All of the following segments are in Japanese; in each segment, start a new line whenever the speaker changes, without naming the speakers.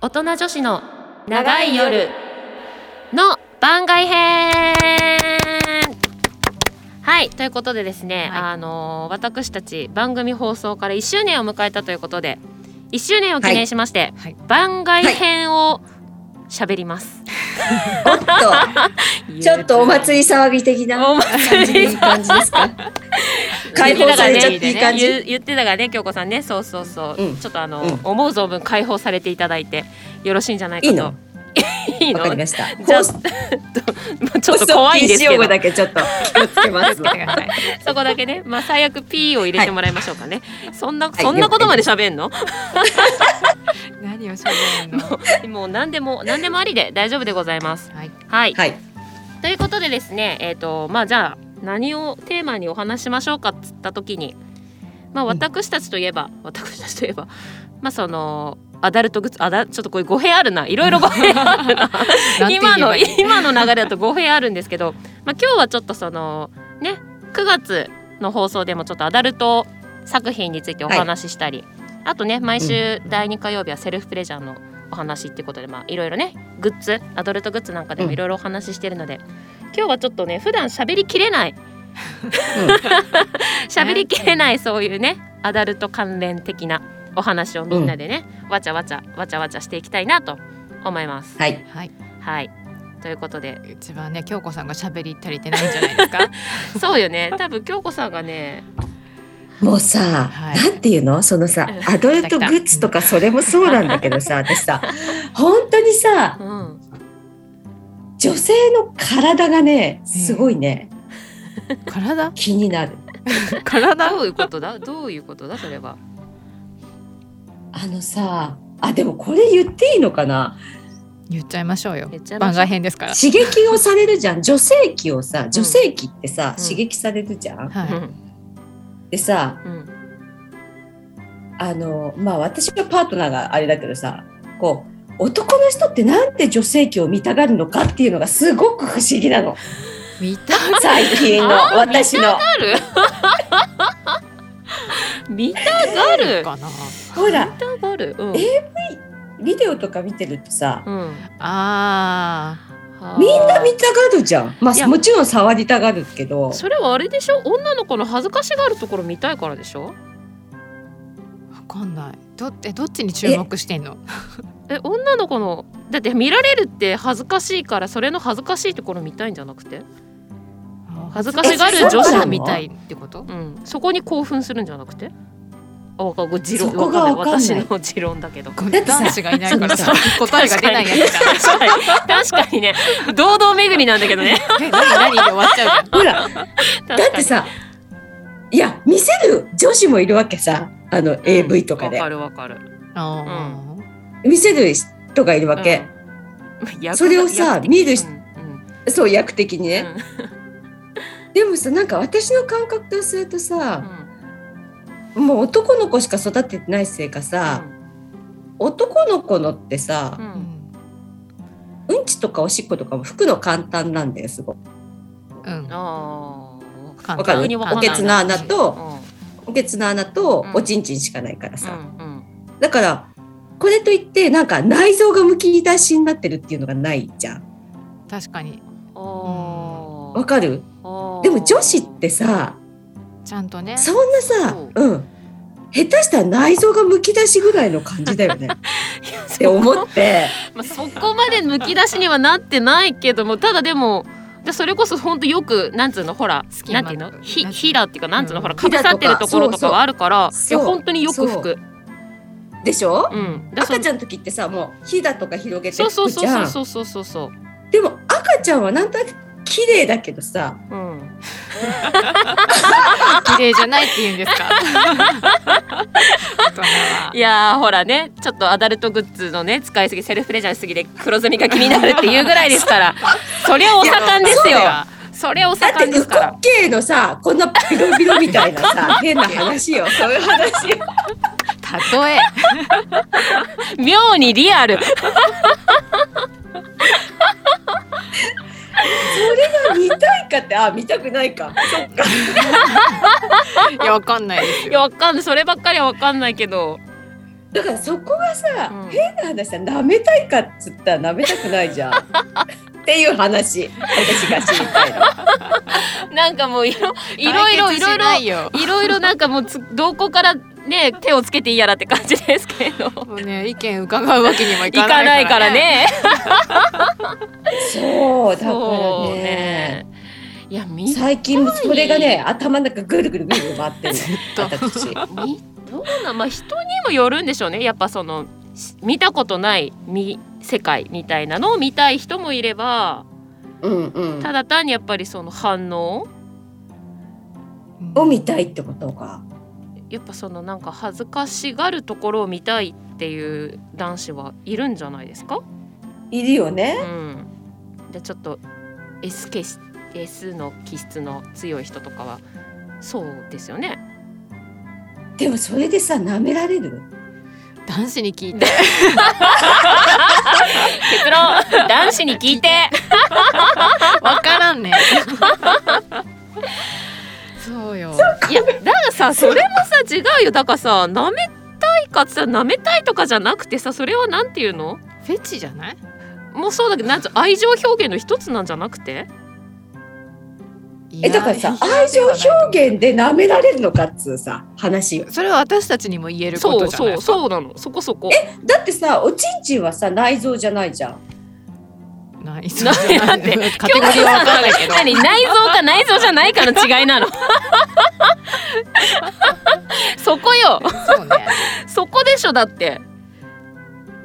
大人女子の長い夜の番外編はいということでですね、
はい
あのー私たち番組放送から1周年を迎えたということで1周年を記念しまして、
はい
番外編を喋ります、
お っと、ちょっとお祭り騒ぎ的な
お
感じで
祭
い
り
い感じですか。解放されちゃっていい感じ。
言言ってたがね京子さんねそうそうそう、
うん
ちょっとあの、
うん
思う存分解放されていただいてよろしいんじゃないかと
いいの
いいの
わかりました。
じゃあ
放送
ま あちょっと怖いんですけ
放
ど
送禁止用語だけちょっと気をつけ ますわ。
そこだけ ね、まあ最悪 P を入れてもらいましょうかね。そんな、
い
そんなことまで喋んの？
何を喋るの。
もう何でも何でもありで大丈夫でございます。
はい。
はい。
はい。
ということでですね、えっ、とまあじゃあ何をテーマにお話ししましょうかっつった時に、まあ
うん
私たちといえば、私たちといえば、まあそのアダルトグッズ、あだちょっとこれ語弊あるな、いろいろ語弊あるな。今の今の流れだと語弊あるんですけど、まあ、今日はちょっとそのね9月の放送でもちょっとアダルト作品についてお話ししたり、あとね毎週第2火曜日はセルフプレジャーのお話っていうことでまあいろいろねグッズアダルトグッズなんかでも
うん
いろいろお話ししてるので、今日はちょっとね普段喋りきれない 喋りきれないそういうねアダルト関連的なお話をみんなでね、わちゃわちゃわちゃわちゃしていきたいなと思います。
はい。
はい。
はいということで
一番ね京子さんが喋り足りてないんじゃないです か。
そうよね。多分京子さんがね、
もうさ、
はい
なんていうのそのさ
うん、
アダルトグッズとかそれもそうなんだ けどさ、私さ、本当にさ
う、ん、
女性の体がね、すごいね、
体
気になる。
体
どういうことだ？どういうことだそれは。
あのさ、あ、でもこれ言っていいのかな
言っちゃいましょうよ
言っちゃい。ましょう
番外編ですから。
刺激をされるじゃん女性器をさ女性器ってさ、
うん
刺激されるじゃん、
う
は
ん
でさ
うん
あのまあ私のパートナーがあれだけどさこう男の人ってなんで女性器を見たがるのかっていうのがすごく不思議な の
い。見た。
最近の
あー
私の
ある。見たがる。
かな。
ほら
見たがる。うん。
えビデオとか見てるとさ
うん。
あ
みんな見たがるじゃんま
い
あ
や
もちろん触りたがるけど
それはあれでしょ？女の子の恥ずかしがるところ見たいからでしょ？
あ。わかんない。どえどっちに注目してんの。
え女の子のだって見られるって恥ずかしいからそれの恥ずかしいところ見たいんじゃなくて、恥ずかしがる女子
女子が見たいってこと？
うん、そこに興奮するんじゃなくて？あ、わかる。これ持
そこ
論。
が
わ
わ
か
か
んな。
んな
私
いい
の持論だけど。
だってさ
男子がいないから
そ
そうういう答えが出ないやつだ。
確かに確かにね堂々巡りなんだけどね
え何何で終わっちゃうじゃん。
ほら
だ
だってさいや見せる女子もいるわけさあの AV とかで
わかるわかる
あ
見せる人がいるわけ、
うん
それを
役
さ
的
見るし
うん
そう役的に
う
ね、
ん
でもさなんか私の感覚からすると
う
さ、
ん
もう男の子しか育ててないせいかさ、男の子のってさ
う、
ー
ん
うん、ちとかおしっことかも拭くの簡単なんだよすごい
うん。うん。
あー
簡
わか
単
る
にわかん
お
ない
けつの穴
う
と
ん
おけつの穴と
うん
おちんちんしかないからさ、
うん
だからこれといってなんか内臓がむき出しになってるっていうのがないじゃん
確かに
うんおー
わかる
おー
でも女子ってさ
ちゃんとね。
そんなさ
そう、
うん。下手したら内臓がむき出しぐらいの感じだよね っ
いやそ
て
こ
思って
まあそこまでむき出しにはなってないけどもただでもでそれこそ本当よくなんつうのほら
隙
な
間
んていうの
なん
ひ
つうの
ひらっていうかなんつうの、
うん
ほらかぶさってるところとかはあるからい
そう
や
そう
本当によく
そ
拭
う
く
でしょ、
うんだからそ
赤ちゃんの時ってさもうひだとか広げて
そう
拭
そう
く
そう
じゃん
そうそうそうそう
でも赤ちゃんはなんとなく綺麗だけどさ
うん
綺麗じゃないって言うんですか。大人はい
やーほらねちょっとアダルトグッズのね使いすぎセルフレジャーしすぎで黒ずみが気になるっていうぐらいですから そりゃお盛んですよ
いや
それお
だって
盛んで
ウ
す
コ
から
ッケイのさこんなピロピロみたいな さ変な話よそういう話よ
例え
妙にリアル
それが見たいかってあ見たくないかそっか
いやわかんないです
い
よ。
やわかんないそればっかりはわかんないけど
だからそこがさ、
うん
変な話さ舐めたいかっつったら舐めたくないじゃんっていう話私が知りたいの。
なんかもうい ろいろいろいろいろ
いろ
いろいろなんかもうつどこからね手をつけていいやらって感じですけど。
もうね意見伺うわけにもい
行
か
かな
ない
い
か
からら
ね
ね。
そうだから
そう
ね
ね。いやみ
最近それがね頭の中ぐるぐるぐるぐる回ってるの
ずっと
私。
みどうなんまあ人にもよるんでしょうねやっぱそのし見たことないみ世界みたいなのを見たい人もいれば
うんうん、
ただ単にやっぱりその反応
を見たいってことか。
やっぱそのなんか恥ずかしがるところを見たいっていう男子はいるんじゃないですか
いるよね。
うん、でちょっと S, 気質 S の気質の強い人とかはそうですよね。
でもそれでさ舐められる。
男子に聞いて
結論男子に聞いて
わからんね そうよ
いやだからさそれもさ違うよだからさ舐めたいかってさ舐めたいとかじゃなくてさそれはなんていうの
フェチじゃない
もうそうだけどなんつう愛情表現の一つなんじゃなくて
いや
えだからさ
いや
愛情表現で舐められるのかっつうさ話よ。
それは私たちにも言えるこ
そ
と
う
じゃな
そ
いう
そうなのそこそこ。
だってさおちんちんはさ内臓じゃないじゃん。
ない
な なんで
カテゴリーはわからないけど
何内臓か内臓じゃないかの違いなの そこよ
そうね
そこでしょだって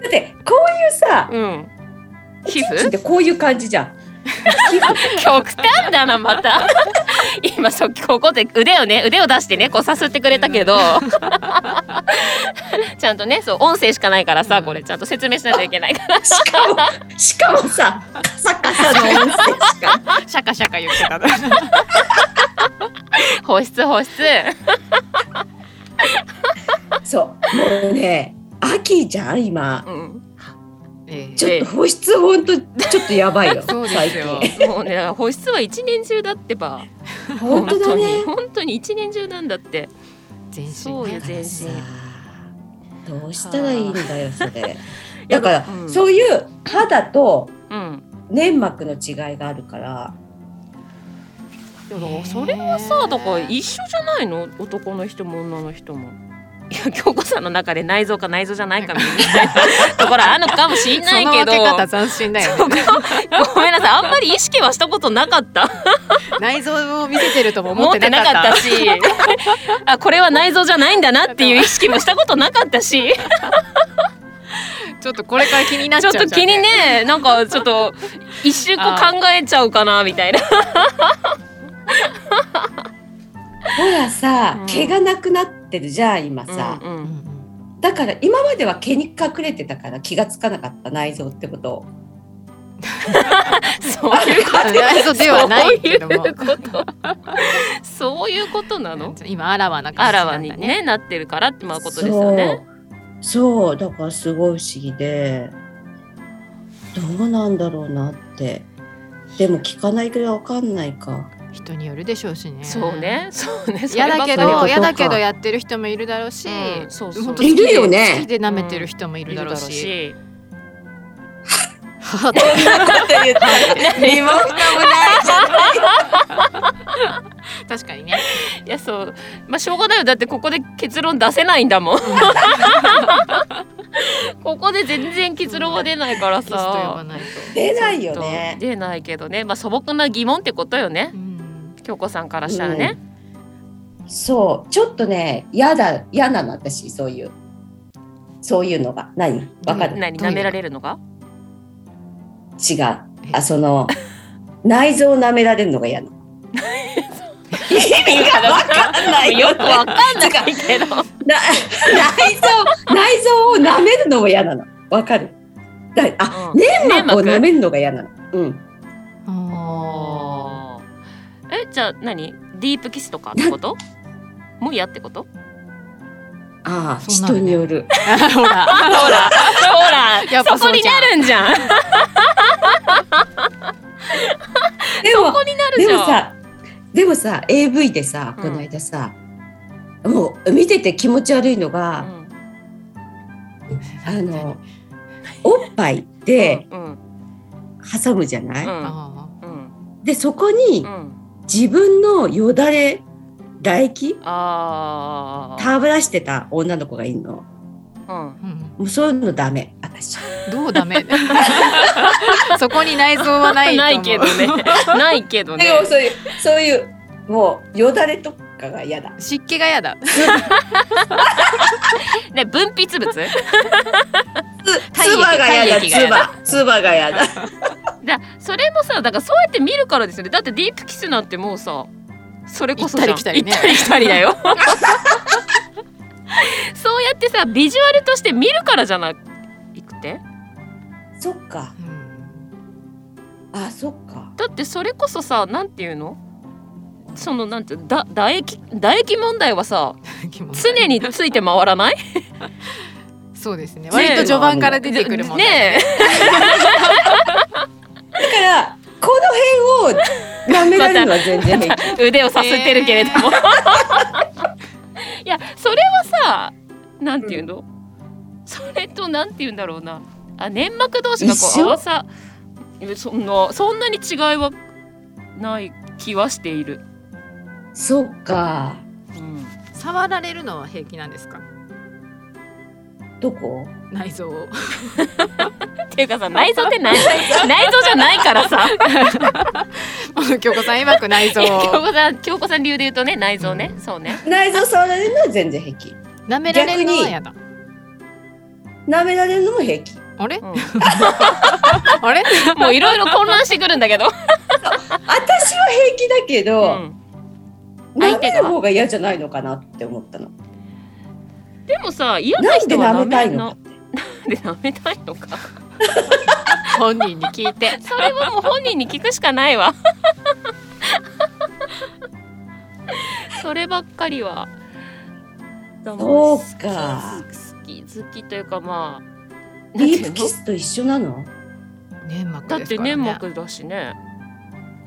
だってこういうさ
うん皮
おちんちんっ
膚
てこういう感じじゃん。
極端だなま た今そうここで腕をね腕を出してねこうさすってくれたけど ちゃんとねそう音声しかないからさこれちゃんと説明しないといけないから
しかもしかもさカサカサの音声しか。
シャカシャカ言ってたな
保湿保湿
そうもうね秋じゃん今。
うん
え
ちょっと保湿ほんとちょっとやばいよ
そうですよ
最近。
もうねだから保湿は一年中だってば
本当だ
本。
ね
当に本当に一年中なんだって
全身ね
そうよ全
さ
身
あどうしたらいいんだよ それ。だから、
うん
そういう肌と
うん
粘膜の違いがあるから
いやだからそれはさだから一緒じゃないの男の人も女の人も。いや京子さんの中で内臓か内臓じゃないかみたいなところあるのかもしんないけど
その分け方斬新だよね
ごめんなさいあんまり意識はしたことなかった
内臓を見せてるとも思
思
っ
ってて
な
な
かった
かったし あこれは内臓じゃないんだなっていう意識もしたことなかった し
ちょっとこれから気になっち
ち
ゃ
ょ
う
っ
じゃん
と気にねなんかちょっと一周こう
あ
考えちゃうかなみたいな
ほらさ、
うん
毛がなくなってるじゃん今さ、
うんう
うん
ん
うん
だから今までは毛に隠れてたから気がつかなかった内臓ってことを
そういうこと
内臓ではないけども
そういうことそういうことなの
今あらわな感
あ
じ
ら
なん
わ
だ
にね
ね
なってるからってまあことですよね。
そうそうだからすごい不思議でどうなんだろうなってでも聞かないくらいわかんない か
人によるでしょうしね
そうねそうね
嫌だけ
それはそう
ど
か
嫌だけどやってる人もいるだろうし、
うんそうそう
本当好きで
いるよね
好きで舐めてる人もい
い
るだろうし、
そんなこと言って 身も蓋もないじゃん
確かにね
いやそうまあしょうがないよだってここで結論出せないんだもん ここで全然結論は出ないから
キスと呼ば
さ
ないと、
出ないよね
出ないけどねまあ素朴な疑問ってことよね
うん、
京子さんからしたらね、
そうちょっとね嫌だ嫌なの私そういうそういうのが何わかる、
うん
何舐められるのが
違うあその内臓を舐められるのが嫌なの意味がわかんない
よくわかんない
てか
けど
な内臓内臓を舐めるのも嫌なのわかるだあ、
うん
粘膜を
粘膜
舐めるのが嫌なのうん
あ
えじゃあ何ディープキスとかって こともう嫌ってこと
ああ、
そうな
人
るね
による
ーほ
ほ
ら
ら、ほら、
やっぱ
そ
そ
こ
う
に
じゃん
なるんじゃん。
でも
なる
で
じゃん
もさでもさ AV でさ
うん
この間さ、もう見てて気持ち悪いのが、あのおっぱいって
うんうん
挟むじゃない、
あ
うん
でそこに
うん
自分のよだれ唾液
あー
たぶらしてた女の子がいるの
うん
ーうん
もうそういうのダメ私
どうダメ そこに内臓はないと思う
ないけどねないけどね
でもそういうそういうもうよだれとかが嫌だ
湿気が嫌だ
ね分泌物
つばが嫌だ
体液が
つ
嫌だ
ばつばが嫌だ
だそれもさだからそうやって見るからですよねだってディープキスなんてもうさそれこそじゃん
行ったり来たりね
行ったり来たりだよそうやってさビジュアルとして見るからじゃないくて
そっか
うん
あそっか
だってそれこそさなんていうのそのなんていうだ唾液唾液問題はさ
気持ち悪い
常について回らない
そうですね
ね
割と序盤から出てくるもん
ね
だからこの辺を舐められるのは全 然平気
え腕をさすってるけれども、いやそれはさなんていうの、それとなんていうんだろうなあ粘膜同士がこ
一
う
緒
合わさえそんなそんなに違いはない気はしている、
そっか
うん、
触られるのは平気なんですか
どこ
内臓を
っていうかさ 内臓って内内臓じゃないからさ
京子さんうまく内臓
京
を
子さん京子さん流で言うとね内臓ね、そうね
内臓触られるのは全然平気
舐められるのは嫌だ
舐められるのも平気
あれ、
ん
あれ
もういろいろ混乱してくるんだけど、
私は平気だけ
う
ど、
ん相
舐
手
め
が
る方が嫌じゃないのかなって思ったの
でもさ嫌な
なんで
人は
舐
舐
めた
め
い
る
の
の
か
なんで舐めたいのか
本人に聞いて
それはもう本人に聞くしかないわ そればっかりは
そうか
好き好きというかまあ
ディープキ
なんていう
スと一緒なの
粘膜
のだっ
です
て
からね
粘膜だしね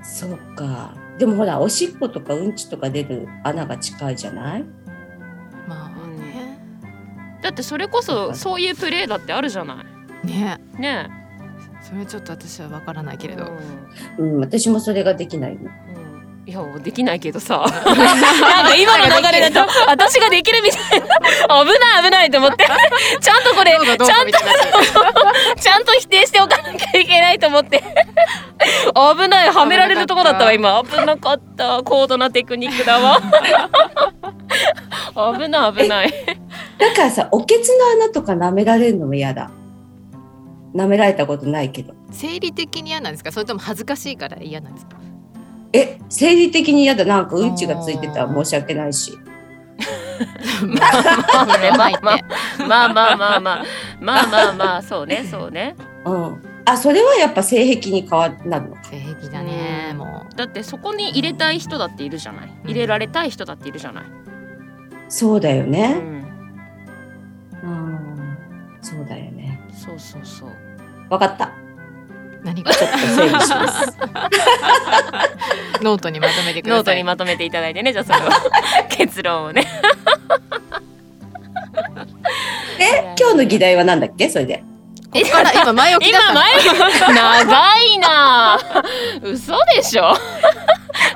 そうかでもほらおしっことかうんちとか出る穴が近いじゃない
まあね
だってそれこそそういうプレーだってあるじゃな
ね
いね
それはちょっと私はわからないけ
え
れど、
うん私もそれができないの
うんいやできないけどさなんか今の流れだと私ができるみたいな危ない危ないと思ってちゃんとこれ
どうぞどう
ち
ぞ
ゃん
みたいになってる
ちゃんと否定しておかなきゃいけないと思って危ないはめられるとこだったわ
危
今危なかった高度なテクニックだわ危ない危ない
だからさおけつの穴とか舐められるのも嫌だ舐められたことないけど
生理的に嫌なんですかそれとも恥ずかしいから嫌な んですか
え生理的に嫌だなんかうんちがついてたら申し訳ないし
まあまあまあ
まあまあまあまあまあまあまあそうねそうね
うんあそれはやっぱ性癖に変わなるのか
性癖だね
うん
も
だってそこに入れたい人だっているじゃない入れられたい人だっているじゃない、
そうだよ
う
ね
ん、
うんそうだよね
そうそうそう
わかった
う何か
ちょっと整理します
ノートにまとめてく
ノー
だ
ト
さ
に
い
まとめていただいてねじゃあそれ は結論をね
で今日の議題はなんだっけそれで
ここから今前置きだっ
今
たの
前長いなあ 嘘でしょ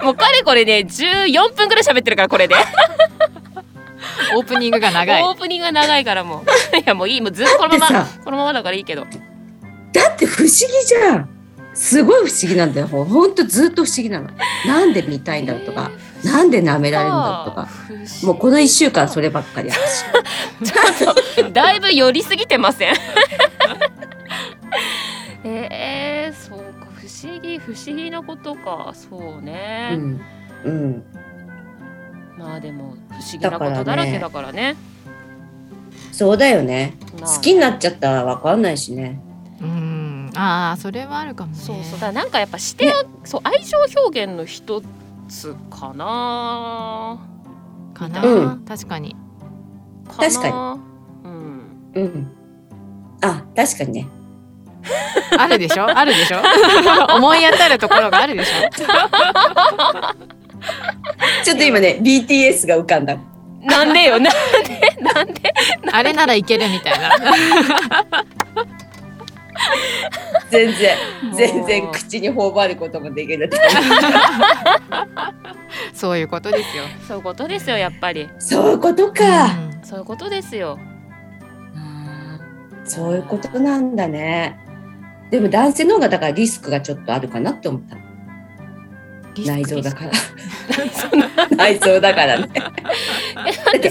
もうかれこれね14分ぐらい喋ってるからこれで
オープニングが長い
オープニングが長いからもう いやもういいもうずっとこのま
だ
ま
って
このままだからいいけど
だって不思議じゃんすごい不思議なんだよほほんとずっと不思議なのなんで見たいんだろうとかなんで舐められるんだろうとかもうこの1週間そればっかり私
のだいぶ寄りすぎてま せんえー、そうか不思議不思議なことかそうね、
うんうん
まあでも不思議なことだらけだからね
そうだよね
まあ
好きになっちゃったらわかんないしね
うんああそれはあるかもね
そうそうだからなんかやっぱして、そう愛情表現の一つかな
かな、
うん
確かに
かな
確か
うん、
うんあ確かにね
あるでしょあるでしょ 思い当たるところがあるでしょ
ちょっと今ね BTS が浮かんだ
なんでよなんでなんで
あれならいけるみたいな
全 然全然口に頬張ることもできる
そういうことですよ、
そういうことですよやっぱり
そういうことか、
う
そういうことですよ
うんそういうことなんだねでも男性の方がだからリスクがちょっとあるかなって思った
んリスク
内臓だか
リ
ら内臓だ からね だって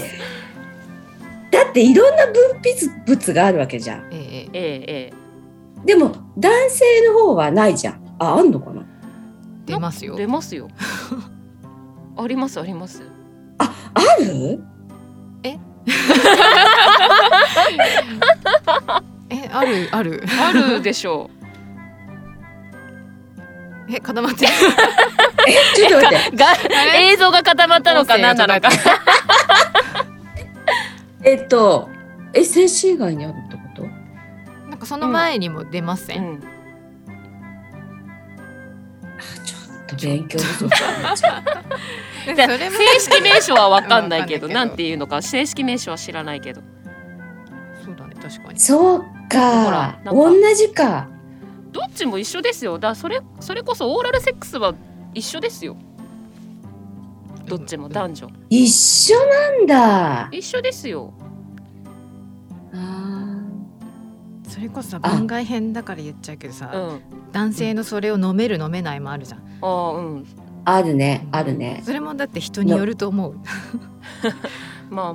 だっていろんな分泌物があるわけじゃん
スクええ
ええええ
でも男性の方はないじゃんああんのかな
出ますよ
出ますよ ありますあります
ある
えあるある
あるでしょう
え固まっ てる
えちょっと待って
が映像が固まったのか何なのか
音声が
えっとえ精子以外にあるってこと
なんかその前にも出ません、
うん
あちょっと勉強不足だな
そ
で
れも
正式名称は分かんないけど
うんわかんないけど
なんていうのか正式名称は知らないけど
そうだね確かに
そう
ほ
から
なんか
同じか
どっちも一緒ですよだからそれそれこそオーラルセックスは一緒ですよどっちも男女
一緒なんだ
一緒ですよ
あ
それこそさ番外編だから言っちゃうけど
う
さ、
ん
男性のそれを飲める飲めないもあるじゃん、
ああうん
ーあるねあるね
それもだって人によると思う
まあまあま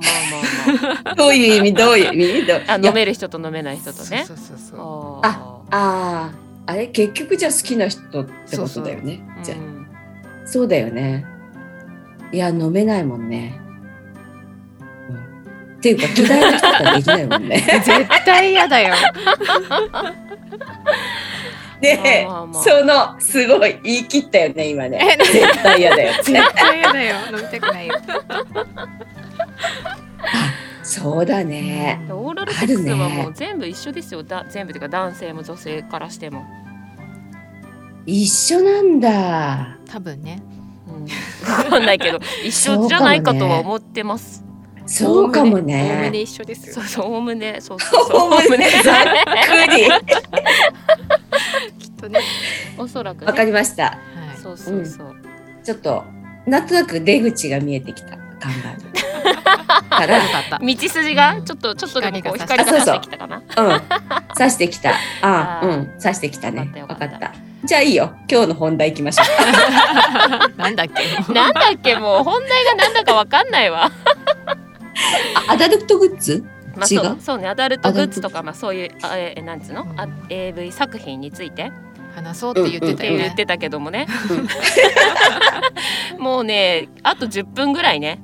あま
どういう意味どういう意 味どう
ああ
いや
飲める人と飲めない人とね
そうそうそうそう
あ
あああれ結局じゃあ好きな人ってことだよね
あ
じゃあ
うん
そうだよねいや飲めないもんね、うん、っていうか嫌いな人とはできないも んね
絶対嫌だよ。
で
まあまあまあ
そのすごい言い切ったよね今ね絶対嫌だよね
絶対嫌だよ。飲みたくないよ。
そうだね
で オーラルセックスは
あるね
もう全部一緒ですよだ全部というか男性も女性からしても、
一緒なんだ
多分ね。
うん、分かんないけど一緒じゃないかとは思ってます
そうかも
おおむね
ね
一緒です
そ
よ
う。そうおおむねそうそうそう
おおむねざっくり
きっとね。
おそらく
わか
ね
りました
はい。
そうそうそう、
ちょっとなんとなく出口が見えてきた考えるから
よかった。
道筋がちょっとちょっとでもこう光が
光
が
差
差
し
して
きたかな。
うん、刺してきた。あ
あー
うん、刺してきたね。
よかったよ
分
かっ
か
た
った。じゃあいいよ。今日の本題行きましょ う。
なんだっけ。
なんだっけもう本題がなんだかわかんない わ。
あアダルトグッズ？
まあ、そ
違
う
う
そうねアダルト
ア
グ
ダ
ッ
ルト
ズとかまあそういうあえなんつうの、あ
うん
AV 作品についてっ
話そうって言ってた
て
よ
言っ
ね。
てたけどもね。 もうねあと10分ぐらいね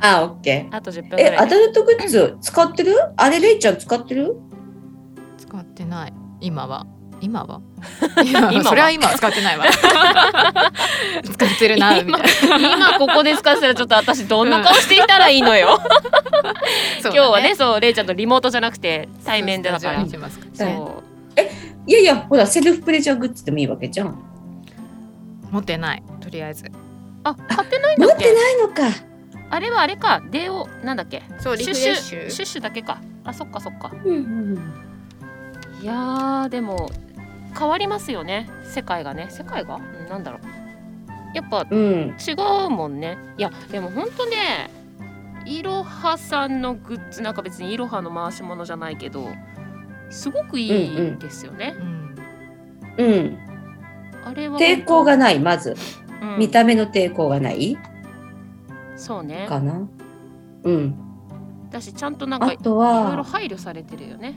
あ、オッケ
あと10分
ー。
ぐ
え、
ら
ア
い。
ダルトグッズ使ってる？あれレイちゃん使ってる？
使ってない。今は。今は。
今は
それは今は使ってないわ。 使ってるなみ
今
たいな。
今ここで使わせたらちょっと私どんな顔していたらいいのよ、
今
今日はねそうれいちゃんとリモートじゃなくて対面でだから
そうスタジオに行きますからね
そ
いやいや、ほらセルフプレジャーグッズでもいいわけじゃん。
持ってない。とりあえず。
うあ買ってないん
持
だ
っ
っけ
てないのか。
あれはあれかデオなんだっけ
そう
シュッシュシュッシュだけかあそっかそっか
うんうん。
いやーでも変わりますよね世界がね世界がうんなんだろうやっぱ
うん。
違うもんねいやでもほんとねいろはさんのグッズなんか別にいろはの回し物じゃないけどすごくいいですよね、
うん。
うん。
あれは
抵抗がないまず。
うん
見た目の抵抗がない
そうね
かな。うん。
だしちゃんとなんか
あ
い
と
ろいろ
は、
配慮されてるよね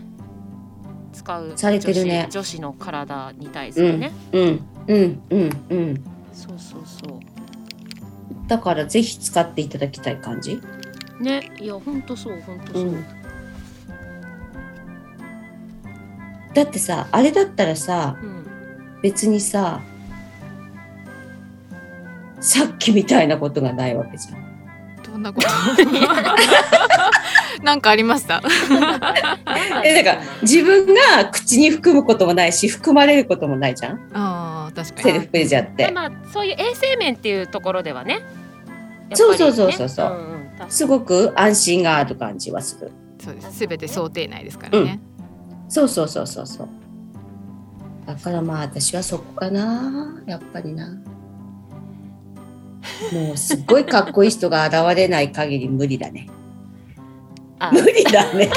使う
されてるね
女子女子の体に対す
う
る
ん
ね、
うんうんうんうん。
そうそうそう
だからぜひ使っていただきたい感じ。
ねいやほんとそうほんとそう、
うんだってさあれだったらさ
うん
別にささっきみたいなことがないわけじゃん。
どんなことなんかありました
えだから自分が口に含むこともないし含まれることもないじゃん
ああ確か
セル
に
フプレジャーっ
で
て。
まあそういう衛生面っていうところではねやっぱりね
そうそうそうそうそ
う
う
んうん
すごく安心がある感じはする。
そうです。すべて想定内ですからね。
そうそうそうそうそう。だからまあ私はそこかなやっぱりな。もうすっごいかっこいい人が現れない限り無理だね。
あ
無理だね。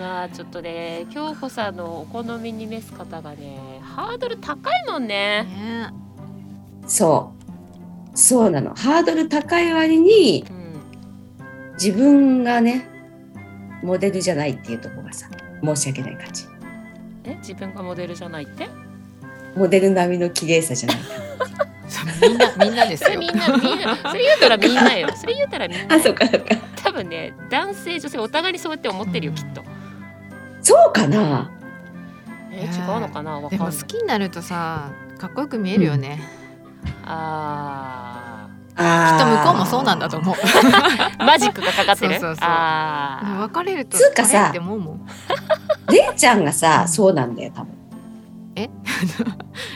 まあちょっとね京子さんのお好みに召す方がねハードル高いもんね。
ね
そう。そうなの。ハードル高い割に
うん、
自分がね、モデルじゃないっていうところがさ、申し訳ない感じ。
え自分がモデルじゃないって
モデル並みの綺麗さじゃない。
みんなみんなです
それ
よ
み。んなみんなそれ言うたらみんなよそれ言うたらみんな
あ、そ
よ
うか、そうか。
多分ね男性女性お互いにそうやって思ってるよきっと。
そうかな
え違うのかなわか
で
ん
も
な
好
い。
きになるとさ、かっこよく見えるよね。
あ
き
あ
っと
ー
向こうもそうなんだと思う。
あマジックがかかってる。
そうそうそう
あー
別れると。
つうかさ
あれって思うもん。
れいちゃんがさそうなんだよ多分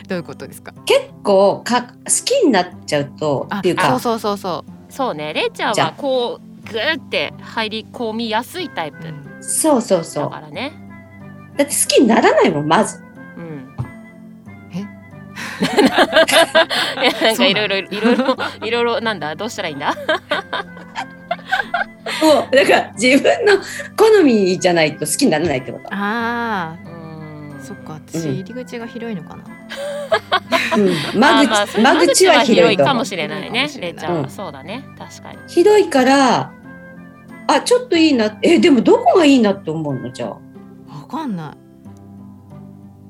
どういうことですか。
結構か好きになっちゃうと
あ
っていう
そう
か
そうそうそ
そうねれいちゃん
じゃあ
はこうグーって入り込みやすいタイプ
う。うん
そうそうそ
だ
う
からね。
だって好きにならないもんまず
うん。
え
いやなんか
そう
い
な
ろ
の
いろいろいろいろいろなんだどうしたらいいんだ。
もうだから自分の好みじゃないと好きにならないってこと、
あ
うーん
あ、そっか。。私
うん
入り口が広いのかな。
うん、
まあ
間
まあそれ
口間口は広いと
か
思
も
う
しれないね。れいちゃんはそうだね確かに。
広いからあちょっといいなえでもどこがいいなって思うのじゃあ
わかんな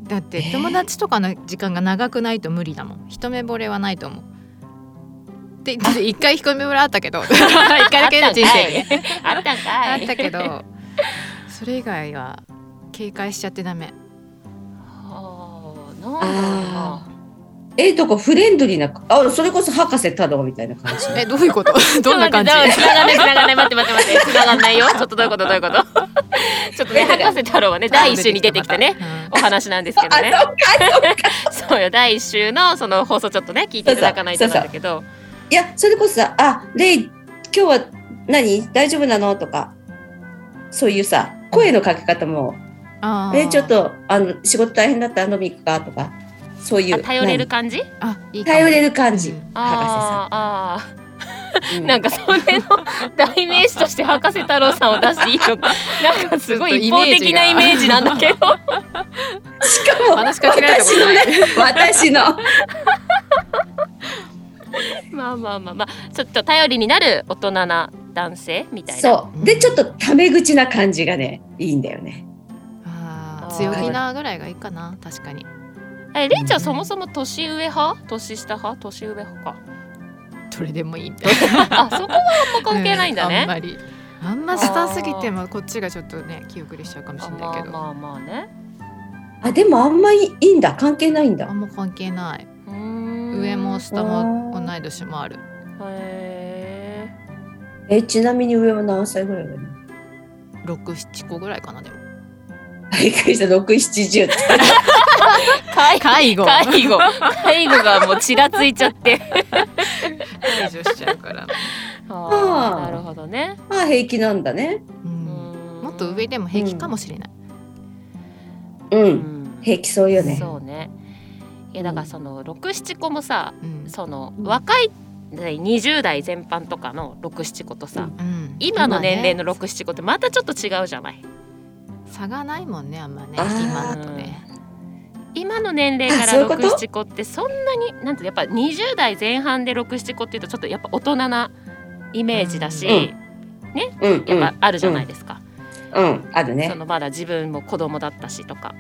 い。だって
えー
友達とかの時間が長くないと無理だもん。一目惚れはないと思う。 で一回一目惚れあったけど、一回だけの人生に。
で。あったんか
あ
い。
ったけ どそれ以外は警戒しちゃってダメ
あー。なんだろうな。
ええとこフレンドリーなあそれこそ博士太郎みたいな感じ
えどうい うことどんな感じ
ちょっと待って繋がんない繋がんない待って待って待って繋がんないよちょっとどういうことどういうことちょっとね博士太郎は ね第一週に出てきたねお話なんですけどね
あそうか
そうよ第一週のその放送ちょっとね聞いていただかないとなんだけど
いや、それこそさ、あ、レイ、今日は何大丈夫なのとか、そういうさ、声のかけ方も、
あ
え、
ー
ちょっと、あの、仕事大変だったら飲み行くかとか、そういう。
あ頼れる
何
感じ
あいいかも
頼れる感じ、
うん
博
あーあ
士さん。
ーなん
か、
かそれの代名詞として博士太郎さんを出していいのかなんかすごい一方的なイメージなんだけど
しかも、
話しかけられたことない
私のね、
まあまあまあまあちょっと頼りになる大人な男性みたい
私の。
な
そう。で、ちょっとタメ口な感じがね、いいんだよね。
あ
あ
ー
ー
強気なぐらいがいいかな確かに
えれいちゃ
うん
んそもそも年上派年下派年上派か
どれでもいいみたいな
あそこはあんま関係ないんだ
うあん
ね、
まりあんま下すぎてもこっちがちょっとね気遅れしちゃうかもし
あ
れ
ま
ない
あ
けどあ,、
まあまあね
あ、でもあんまりいいんだ。関係ないんだ。
んま関係ないう
ーん
上も下も
あ
同
ー
い年もある
へ
え、ちなみに上は何歳ぐらいなの
67個ぐらいかなでも
びっくりした、6、70って。
ー介
介護
介護介護がもうちらついちゃって
解除しちゃうか
あ
ら、
あ
ー
ー
なるほどね
まあ、平気なんだね。
う、
うんん
もっと上でも平気かもしれない、
う。
うんん
平気そうよね。
そうねいやだからその67個もさ
うん
その
うん
若い20代全般とかの67個と
う
さ
ん
うん
今の年齢
今ね
の67個ってまたちょっと違うじゃない
差がないもんねあんまね
あー
今だとね
今の年齢
あ
か
そう
ら
いうこと
67個ってそんなになんてやっぱ20代前半で67個っていうとちょっとやっぱ大人なイメージだし、
うんうん、
やっぱあるじゃないですか、
うん、ある
そ
ね。
のまだ自分も子供だったしとか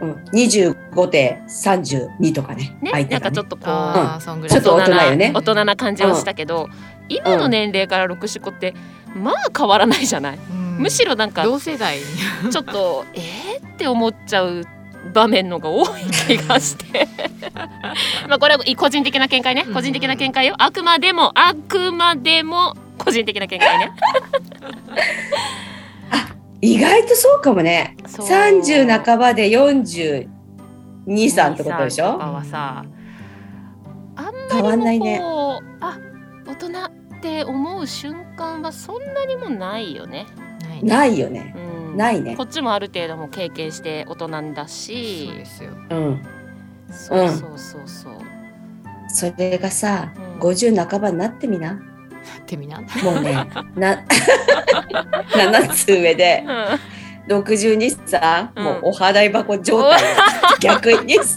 うん、二十五で三十二とかね。
ね
相
な
手
んか
が
ちょ
ね
っとこう
あーそんぐら
ちょ
い
っと大人
な
よね
大人な感じをしたけど、今の年齢から67個ってまあ変わらないじゃない、
うん
むしろなんか
同世代に
ちょっとえーって思っちゃう場面のが多い気がしてまあこれは個人的な見解ね
うん
個人的な見解よあくまでもあくまでも個人的な見解ね
意外とそうかもね。
そう
三十半ばで四十二三ってことでし
23と
ょ
か。はさあんまりもう
変わんないね
こうあ大人って思う瞬間はそんなにもないよね。
ないね
ないよね。
うん、
ないね
こっちもある程度もう経験して大人だし
そうですよ
うん。
そうそうそうそう、
それがさ
うん、
50半ばになってみな。
だってみんな
もうね、 な7つ上で62さ、
うん
もうお払い箱状 態よ逆にさ。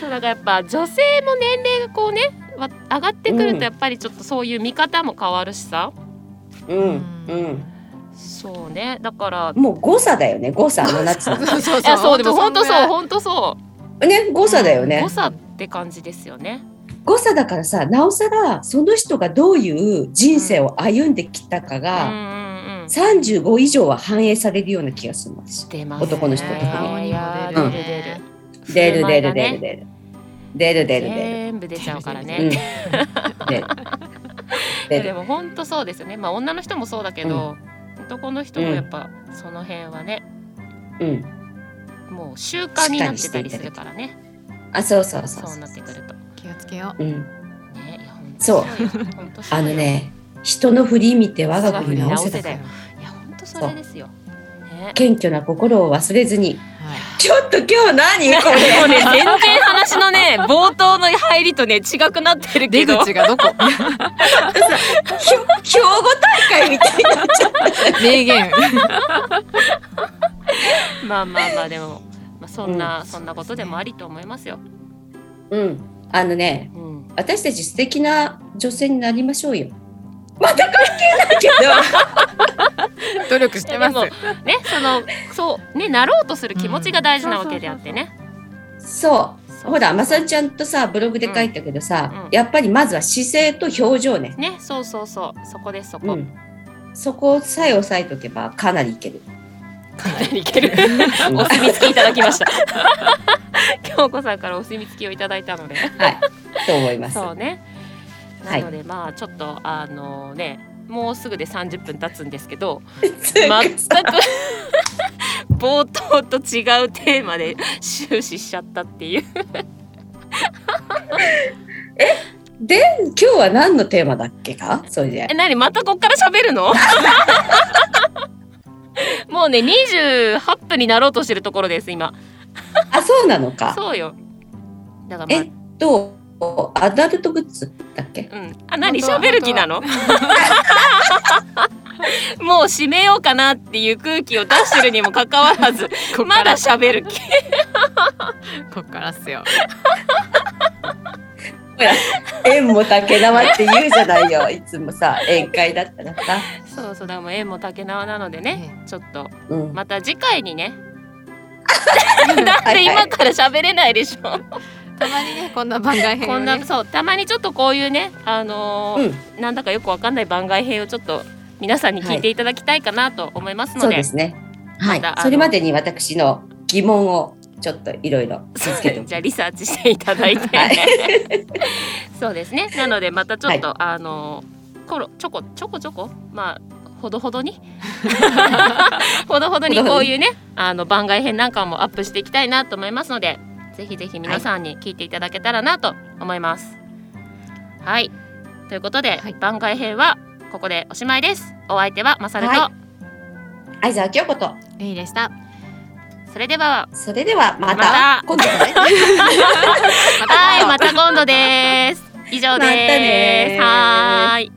そうだからやっぱ女性も年齢がこうねわ上がってくる
うん
とやっぱりちょっとそういう見方も変わるしさ、
うんうん。
そうねだから
もう誤差だよね、誤差7つの。
そうそう
いやそうでも本当
んぐら
そう
い
本当そう
ね、誤差だよね
誤。差って感じですよね
誤差だからさ、なおさらその人がどういう人生を歩んできたか
うんう
が、
んうん
35以上は反映されるような気がするんです。
出ますね
男の人とかね
顔にも
うん
出る出る
出 る出る
車が
出
ね
る出る。出る出る出る。
全部出ちゃうから
うん
ね。
出る。出
で
る。
も本当そうですよねまあ女の人もそうだけど、男の人もやっぱその辺はね
うん。
もう習慣になってたりするからね
あ、そうそうそう
そう
そ
なってくると
気をつけよ
う。うん。
ねいや本当
そう
よ本当そう
あ
よ
のね、人の振り見て我が
う
国直せだ
だ
から
よいや本当それですよね
謙虚な心を忘れずに。
はい
ちょっと今日何これ。
もうね全然話のね冒頭の入りとね違くなってる
出
けど
口がどこ
ひょ兵庫大会みたいになっちゃっ
名 言
まあまあまあでも、まあ、そんな、
うん
そんなことでもありと思いますよ。
た。うん。あのね、
うん、
私たち素敵な女性になりましょうよ。また関係ないけど。
努力してます
でもねそのそうねなろうとする気持ちが大事なわけであってね。
そ
そう
う。ほら、まさんちゃんとさ、ブログで書いたけど
うん
さ、
うん
やっぱりまずは姿勢と表情ね。
ねそうそうそうそこですそこ。
うん。そこさえ押さえとけばかなりいける。
かなりいける。
うん
お墨付きいただきました。 京子さんからお墨付きをいただいたので。
はい。と思います。
そうね。
は
ないので、まあちょっとあのねもうすぐで30分経つんですけど。
全
全く 冒頭と違うテーマで終始しちゃったっていう
今日は何のテーマだっけかそれで
え。何またこっから喋るの もうね28分になろうとしてるところです今
あ、そうなのか。
そうよだからま
えっと、アダルトグッズだっけ
あうんあ何喋る気なの もう締めようかなっていう空気を出してるにもかかわらず
こっ
ま
か
だ
ら
喋る気
こっからっすよ
縁も竹縄って言うじゃないよ。いつもさ、宴会だったらさ。
そうそうだからもう縁も竹縄なのでねちょっと
うん。
また次回にねだって今から喋れないでしょ
たまにねこんな番外編
こ
を
ん
ね
なそうたまにちょっとこういうねあのーなんだかよくわかんない番外編をちょっと皆さんに聞いていただきたいかなと思います
うん、
の
そう
で、
ですね。はい
またあ。の
それまでに私の疑問をちょっといろいろ 見つけておき
じゃあリサーチしていただいて、
は
そうですねなのでまたちょっと、あのーコロちょこちょこちょこまあほどほど にほどほどにこういうねあの番外編なんかもアップしていきたいなと思いますのでぜひぜひ皆さんに聞いていただけたらなと思います。はい、ということで、
はい
番外編はここでおしまいです。お相手はマサルと、
は相沢京子と。
レイでした
それでは
それではまた、
また
今度はね。
はいまた今度です。以上です。
またね
はーい。